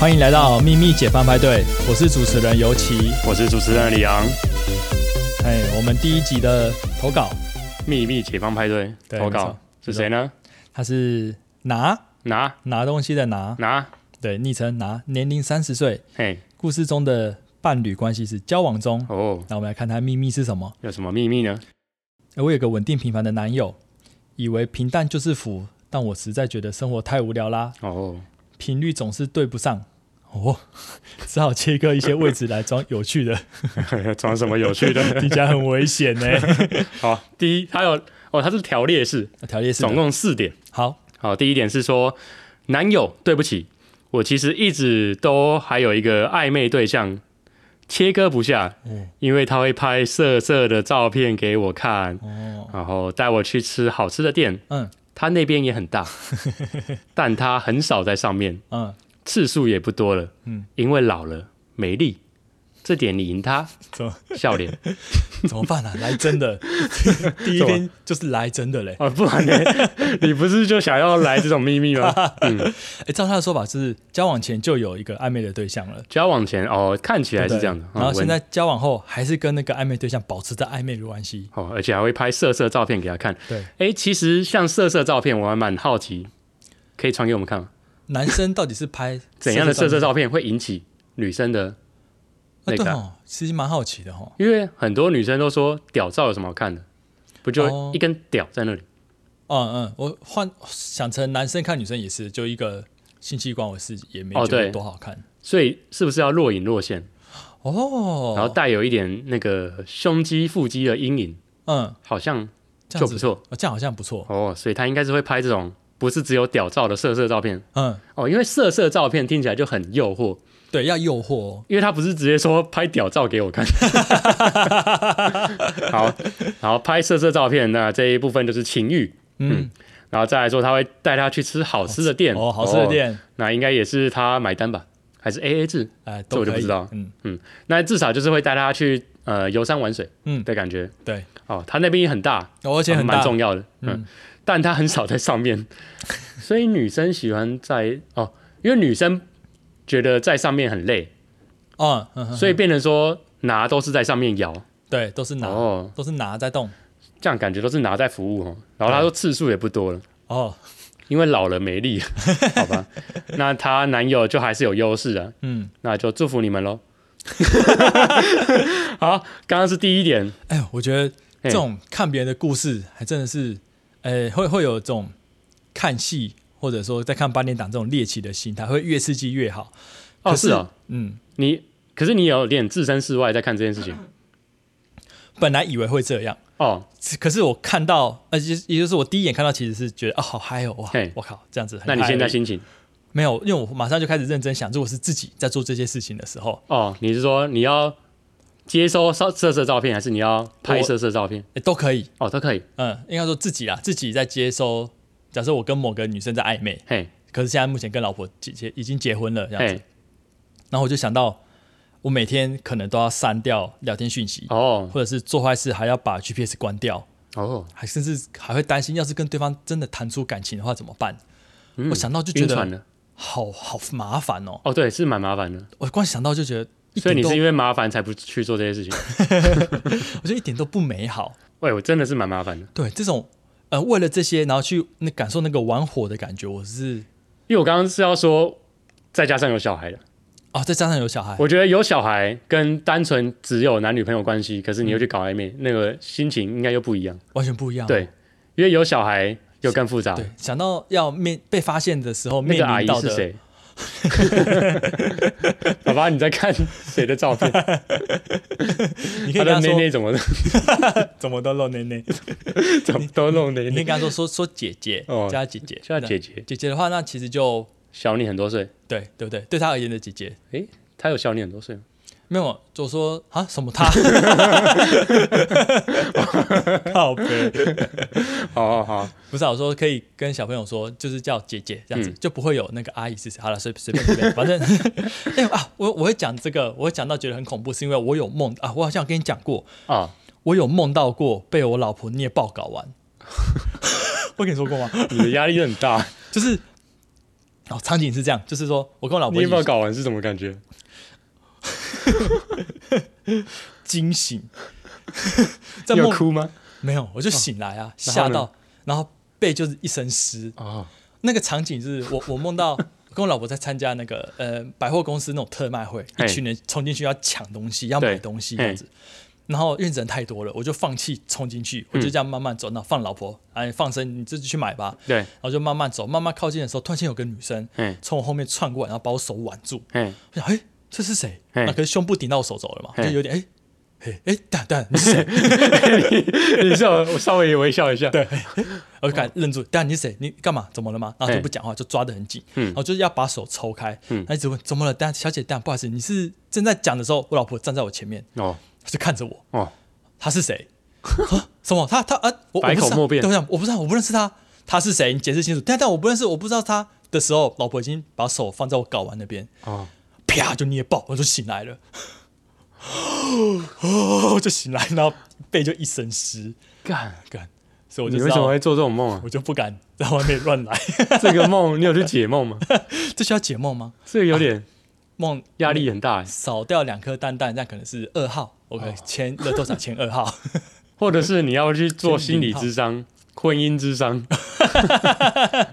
欢迎来到秘密解放派对，我是主持人尤其。我是主持人李昂，哎，我们第一集的投稿，秘密解放派对对投没错稿是谁呢？他是拿拿拿东西的拿，拿，对，昵称拿，年龄三十岁，嘿，故事中的伴侣关系是交往中。哦，那我们来看他秘密是什么。有什么秘密呢？哎我有个稳定平凡的男友，以为平淡就是福，但我实在觉得生活太无聊啦，哦， 频率总是对不上。哦， 只好切割一些位置来装有趣的，装什么有趣的？ 听起来很危险 呢、好，第一，他有哦，他是条列式，条列是总共四点。好，好，第一点是说，男友，对不起，我其实一直都还有一个暧昧对象，切割不下，嗯因为他会拍色色的照片给我看，哦，然后带我去吃好吃的店，嗯他那边也 很大，但他很少在上面。嗯，次数也不多了，嗯嗯，因为老了没力，这点你赢他，怎么笑脸 怎么办啊？来真的， 第一天就是来真的嘞。哦，不然呢？ 你不是就想要来这种秘 密吗？哎、照他的说法是交往前就有一个暧昧的对象了，交往前哦，看起来对是不对这样的，然后嗯现在交往后还是跟那个暧昧对象保持着暧昧的关系。我哦，而且还会拍色色照片给他看。对，哎，其实像色色照片，我还蛮好奇，可以传给我们看吗？男生到底是拍 怎样的色色照照片会引起女生的片？那啊对个啊？哦，其实蛮好奇的哦。因为很多女生都说屌照有什么好看的，不哦就一根屌在那里？嗯嗯，我换想成男生看女生也是，就一个性器官，我是也没哦觉得对多好看所以是不是要若隐若现，哦。然后带有一点那个胸肌、腹肌的阴影？嗯，好像这就样不子错哦，这样好像不错。哦，所以他应该是会拍这种不是只有屌照的色色照片嗯，哦，因为色色照片听起来就很诱惑，对，要诱惑、哦。因为他不是直接说拍屌照给我 看，好，然后拍色色照片，那这一部分就是情欲，嗯，然后再来说他会带他去吃好吃的店哦，好吃的，哦店，那应该也是他买单吧，还是 A A 制？哎、这都我就可不以知道。嗯，那至少就是会带他去呃游山玩水，嗯的感觉对，哦，他那边也很大，哦而且很啊蛮大，重要的，嗯，嗯但它很少在 上面，所以女生喜欢在哦，因为女生觉得在上面很累，嗯嗯嗯，所以变成说拿都是在上面摇，对，都是拿，哦，都是拿在动。这样感觉都是拿在服务哦。然后她说次数也不多了，哦，因为老了 没力，好吧？那她男友就还是有优势啊，嗯，那就祝福 你们喽。好，刚刚是第一点，哎呦，我觉得这嘿种看别人的故事，还真的是，哎，会会有这种看戏或者说在看八点档这种猎奇的心态，会越刺激越好。哦可是是哦，嗯，你可是你有点置身事外在看这件 事情本来以为会这样，哦，可是我看到，呃，也也就是我第一眼看到，其实是觉得啊、好嗨哦，哇嘿，我靠，这样子很嗨那而已。你现在心情？没有？因为我马上就开始认真想，如果是自己在做这些事情的时候，哦，你是说你要接收色色色照片，还是你要拍我色色照片？哎，都可以，哦，都可以。嗯，应该说自己啦，自己在接收。假设我跟某个女生在暧昧，嘿，可是现在目前跟老婆结结已经结婚了这样子，嘿，然后我就想到，我每天可能都要删掉聊天讯息，哦，或者是做坏事还要把 GPS 关掉，哦，还甚至还会担心，要是跟对方真的谈出感情的话怎么办？嗯我想到就觉晕船得了。好好麻烦哦，哦，对，是蛮麻烦的。我光想到就觉得一所以点你都是，因为麻烦才不去做这些事情。我觉得一点都不美好。喂，我真的是蛮麻烦的，对，这种呃，为了这些，然后去那感受那个玩火的感觉，我是因为我刚刚是要说，再加上有小孩的，啊，再加上有小孩，我觉得有小孩跟单纯只有男女朋友关系，可嗯是你又去搞暧昧，那个心情应该又不一样。完全不一样。对，因为有小孩又更复杂。哦对，想到要面被发现的时候那面个阿临姨到是的谁？ 爸爸，你在看谁的照片？ 你可以他跟的他内说内怎 么怎么都露内内，怎么都弄内你可以内？跟他说说说姐 姐，哦叫她姐姐，叫他姐姐姐，姐姐的话，那其实就小你很多岁。对对不对？对她而言的姐姐，他有小你很多 岁吗？没有就说啊什么她， 靠背，好好好，不是啊我说可以跟小朋友说，就是叫姐姐这样子，嗯就不会有那个阿姨是谁。好了，随随便随 便，反正哎、啊，我我会讲这个，我会讲到觉得很恐怖，是因为我有梦啊，我好像有跟你讲过，啊，我有梦到过被我老婆捏爆 睾丸，我跟你说过吗？哦你的压力很大。就是哦，场景是这样，就是说我跟我老你婆一有没有起搞完是什么感觉？惊醒， 在你 有梦哭哦吗？没有，我就醒来啊，吓到，然后背就是一身湿。哦，那个场景就是我我梦到我跟我老婆在参加那个呃百货公司那种特卖会，嘿一群人冲进去要抢东西，要买对东西这样子。然后因为人太多了，我就放弃冲进去，嗯我就这样慢慢走，那放老婆，哎，放生你自己去买吧。对，然后就慢慢走，慢慢靠近的时候，突然间有个女生嘿，从我后面窜过来，然后把我手挽住。嘿，我想，哎、这是谁？嘿那可是胸部顶到我手肘了嘛，就嘿有点哎，哎、哎，蛋蛋，你是 谁？ 你笑，我稍微微笑一下。对，我就敢愣住，蛋你是谁？你干嘛？怎么了吗？然后就嘿不讲话，就抓得很紧，嗯然后就是要把手抽开，嗯他一直问怎么了，蛋小姐蛋，不好意思，你是正在讲的时候，我老婆站在我前面，哦，她就看着我，哦，她是谁？ 啊什么？她她啊，我百口我不知道莫辩对，我想我不知道，我不认识她，她是谁？你解释清楚。但但我不认识，我不知道她的时候，老婆已经把手放在我睾丸那边，哦，啪就捏爆，我就醒来了，哦，就醒来，然后背就一身湿，干，干，所以我你就为知什么道，会做这种梦啊我？就不敢在外面乱来。 这个梦你有去解 梦吗？这需要解梦吗？这个有点梦压力很大欸，少掉两颗蛋蛋，那可能是二号。OK，签哦了多少签二号？ 或者是你要去做心理智商、婚姻智 商。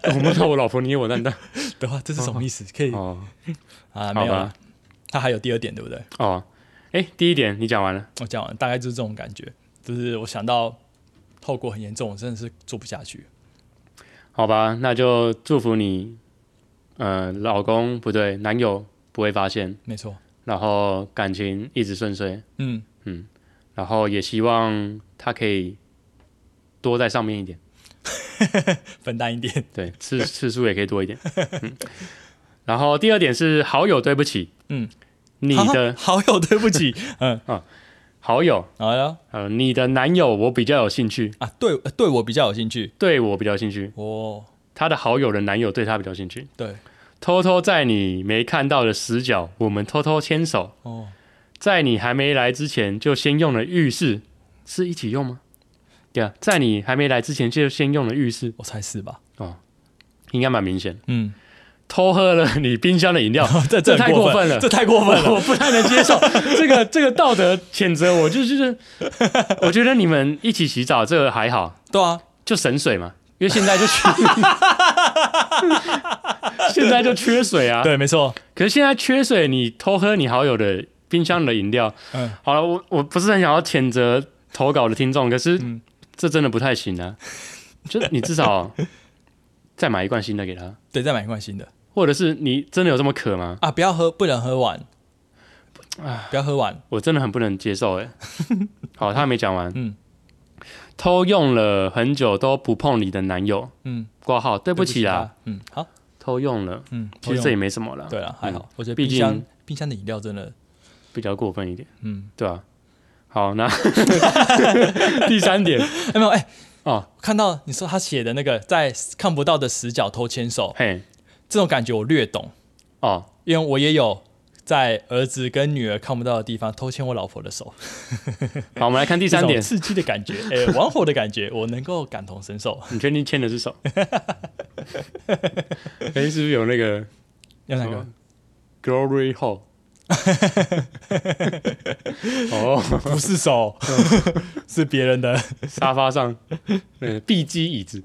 我梦到我老婆捏我蛋蛋。的话，啊这是什么意思？可以 哦，啊，没好有吧了。，他还有第二点，对不对？哦，哎，第一点你讲完了，我讲完，大概就是这种感觉，就是我想到后果很严重，我真的是做不下去。好吧，那就祝福你，呃，老公不对，男友不会发现，没错，然后感情一直顺遂，嗯，然后也希望他可以多在上面一点，分担一点。 对，次次数也可以多一点。嗯、然后第二点是好友，对不起，嗯，你 的好友，对不 起，嗯，好友，好呀呃，你的男友我比较有兴趣，啊，对呃对我比较有兴趣。对我比较有兴趣，哦，他的好友的男友对他比较有兴趣，对，偷偷在你没看到的死角，我们偷偷牵手，哦，在你还没来之前就先用了浴室，是一起用吗？对啊，在你还没来之前就先用了浴室，我猜是吧？应该蛮明显。嗯， 偷喝了你冰箱的饮料，这这太很过过分了这太过分 了。我不太能接受这个这个道德谴责我，就就是， 我觉得你们一起洗澡这个还好，对啊，就省水嘛，因为现在就缺， 现在就缺水啊。对，没错，可是现在缺水，你偷喝你好友的冰箱的饮料，嗯好了，我我不是很想要谴责投稿的听众，可是嗯这真的不太行啊，就你至少再买一罐新的给他，对，再买一罐新的。或者是你真的有这么渴吗？啊，不要喝，不能喝完，不要喝完。我真的很不能接受哎。 好，他还没讲完。嗯偷用了很久都不碰你的男友，嗯，挂号，对对不起啦，，嗯，好，偷用了，嗯，其实这也没什么啦，对了，啊还好，我觉得毕冰竟箱冰箱的饮料真的，比较过分一点，嗯，对啊。好，那 第三点 哎没有哎，哦，我看到你说他写的那个在看不到的死角偷牵手，嘿，这种感觉我略懂，哦，因为我也有在儿子跟女儿看不到的地方偷牵我老婆的手，好，我们来看 第第三点，刺激的感 觉，哎，玩火的感觉，我能够感同身受，你确定牵的 是手？哎，是不是有那个要那什个么 Glory Hole？哦，不是手， 是别人的，沙发 上，嗯，壁机椅子，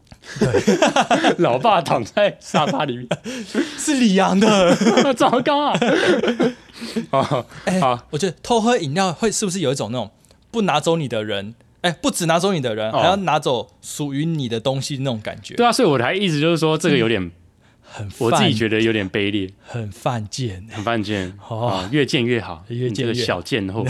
老爸躺在沙发里面， 是李阳的。糟糕 啊！哦，哎好，我觉得偷喝饮料会是不是有一种那种不拿走你的人，哎、不只拿走你的人，哦还要拿走属于你的东西那种感觉，对啊，所以我还一直就是说这个有嗯点，很犯我自己觉得有点卑劣，很犯贱、欸。很犯贱哦啊，越贱越好，越你这贱个越好小贱 货。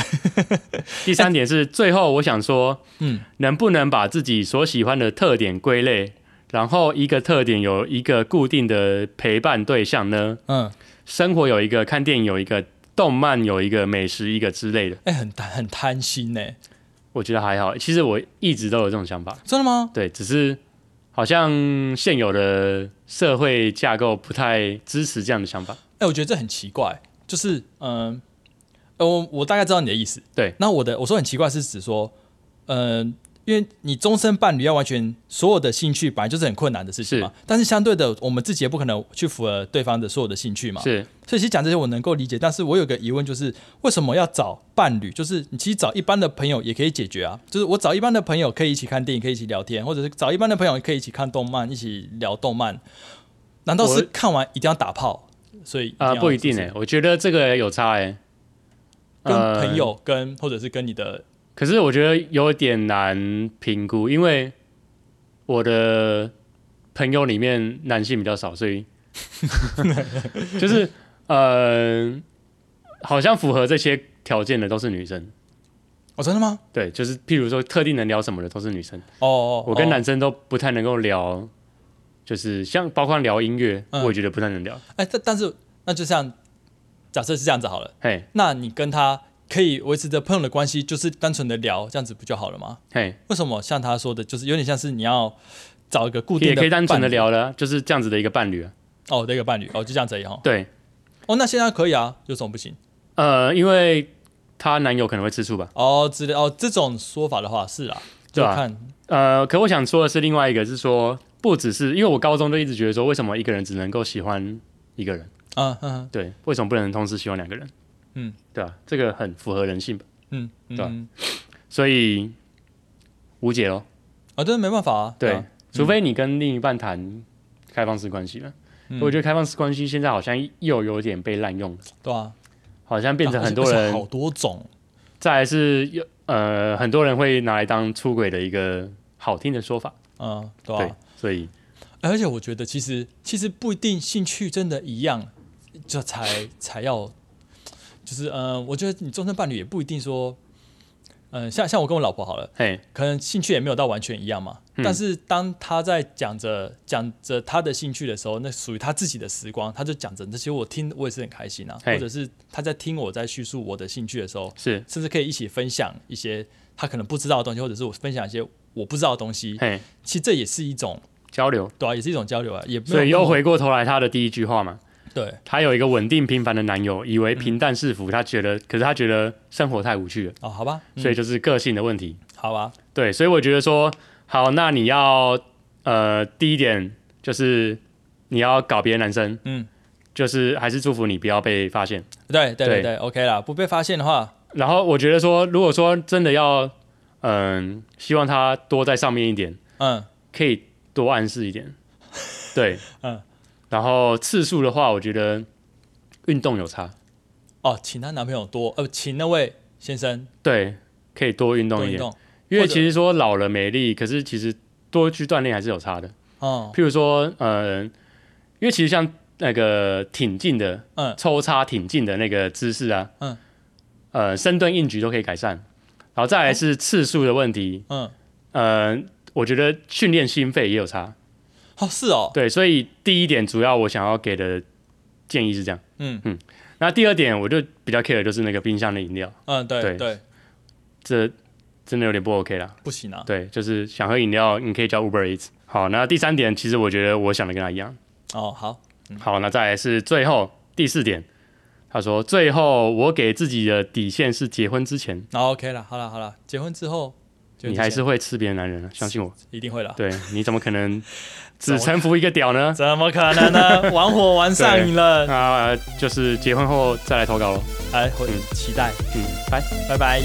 第三点是，最后我想说，嗯，能不能把自己所喜欢的特点归类，然后一个特点有一个固定的陪伴对象呢？嗯，生活有一个，看电影有一个，动漫有一个，美食一个之类的。哎、很贪很贪心呢、欸我觉得还好，其实我一直都有这种想法，真的吗？对，只是好像现有的社会架构不太支持这样的想法。哎、我觉得这很奇怪，就是嗯，呃我我大概知道你的意思。对，那我的我说很奇怪是指说，嗯、因为你终身伴侣要完全所有的兴趣，本来就是很困难的事情嘛。但是相对的，我们自己也不可能去符合对方的所有的兴趣嘛。是所以其实讲这些我能够理解，但是我有个疑问就是，为什么要找伴侣？就是你其实找一般的朋友也可以解决啊。就是我找一般的朋友可以一起看电影，可以一起聊天，或者是找一般的朋友可以一起看动漫，一起聊动漫。难道是我看完一定要打炮？所以啊、要不一定是哎、是我觉得这个有差哎、跟呃朋友跟或者是跟你的可是我觉得有点难评估，因为我的朋友里面男性比较少，所以就是呃，好像符合这些条件的都是女生。哦，真的吗？对，就是譬如说特定能聊什么的都是女生，哦哦，我跟哦男生都不太能够聊，就是像包括聊音乐，嗯我也觉得不太能聊。哎，但但是那就像假设是这样子好了，嘿，那你跟他可以维持着朋友的关系，就是单纯的聊，这样子不就好了吗？嘿，为什么像他说的，就是有点像是你要找一个固定也的，可以单纯的聊了，就是这样子的一个伴侣啊。哦的一个伴侣哦，就这样子而已哈。对，哦，那现在可以啊，有什么不行？呃，因为她男友可能会吃醋吧。哦，之类哦，这种说法的话是啦，就对啊看、呃，可我想说的是，另外一个是说，不只是因为我高中就一直觉得说，为什么一个人只能够喜欢一个人？嗯嗯对，为什么不能同时喜欢两个人？嗯，对啊，这个很符合人性吧？嗯嗯，对啊嗯所以无解咯。啊，对，没办法啊，对，啊除非你跟另一半谈开放式关系了。嗯我觉得开放式关系现在好像又有点被滥用了，对啊，好像变而成且很多而且人，好多种，再来是有呃很多人会拿来当出轨的一个好听的说法。嗯，对啊对，，所以而且我觉得其实其实不一定兴趣真的一样，这才才要，就是嗯、呃我觉得你终身伴侣也不一定说，嗯、像像我跟我老婆好了，嘿，可能兴趣也没有到完全一样嘛。嗯但是当他在讲着讲着他的兴趣的时候，那属于他自己的时光，他就讲着这些，我听我也是很开心啊。嘿或者是他在听我在叙述我的兴趣的时候，是甚至可以一起分享一些他可能不知道的东西，或者是我分享一些我不知道的东西。嘿其实这也是一种交流。对啊，也是一种交流啊，也没有所以那又么回过头来，她的第一句话嘛，对她有一个稳定平凡的男友，以为嗯平淡是福，她觉得，可是她觉得生活太无趣了，哦，好吧，嗯所以就是个性的问题。好吧，对，所以我觉得说，好，那你要呃，第一点就是你要搞别的男生，嗯，就是还是祝福你不要被发现。对对对对对，OK 啦，不被发现的话，然后我觉得说，如果说真的要，嗯、希望他多在上面一点，嗯可以多暗示一点。对， 嗯，然后次数的话，我觉得运动有差。哦，请她男朋友多呃，请那位先生对，可以多运动多一运点，动，因或为者其实说老了没力，可是其实多去锻炼还是有差的。哦譬如说，呃，因为其实像那个挺进的，嗯抽插挺进的那个姿势啊，嗯，呃，深蹲硬举都可以改善。然后再来是次数的问题，嗯，呃，我觉得训练心肺也有差。哦是哦，对，所以第一点主要我想要给的建议是这样。嗯嗯，那第二点我就比较 care 的就是那个冰箱的饮料，嗯对对对这真的有点不 OK 啦。不行啊，对，就是想喝饮料，你可以叫 Uber Eats。好，那第三点，其实我觉得我想的跟他一样。哦好，好，那再来是最后第四点，他说最后我给自己的底线是结婚之前，那 OK 了，好了好了，结婚之后，结婚之你前还是会吃别的男人啊，相信我。 一定会了，对，你怎么可能只臣服一个屌 呢？怎么可能呢？玩火玩上瘾了，那、就是结婚后再来投稿喽。哎，我嗯期待，嗯，拜。拜拜。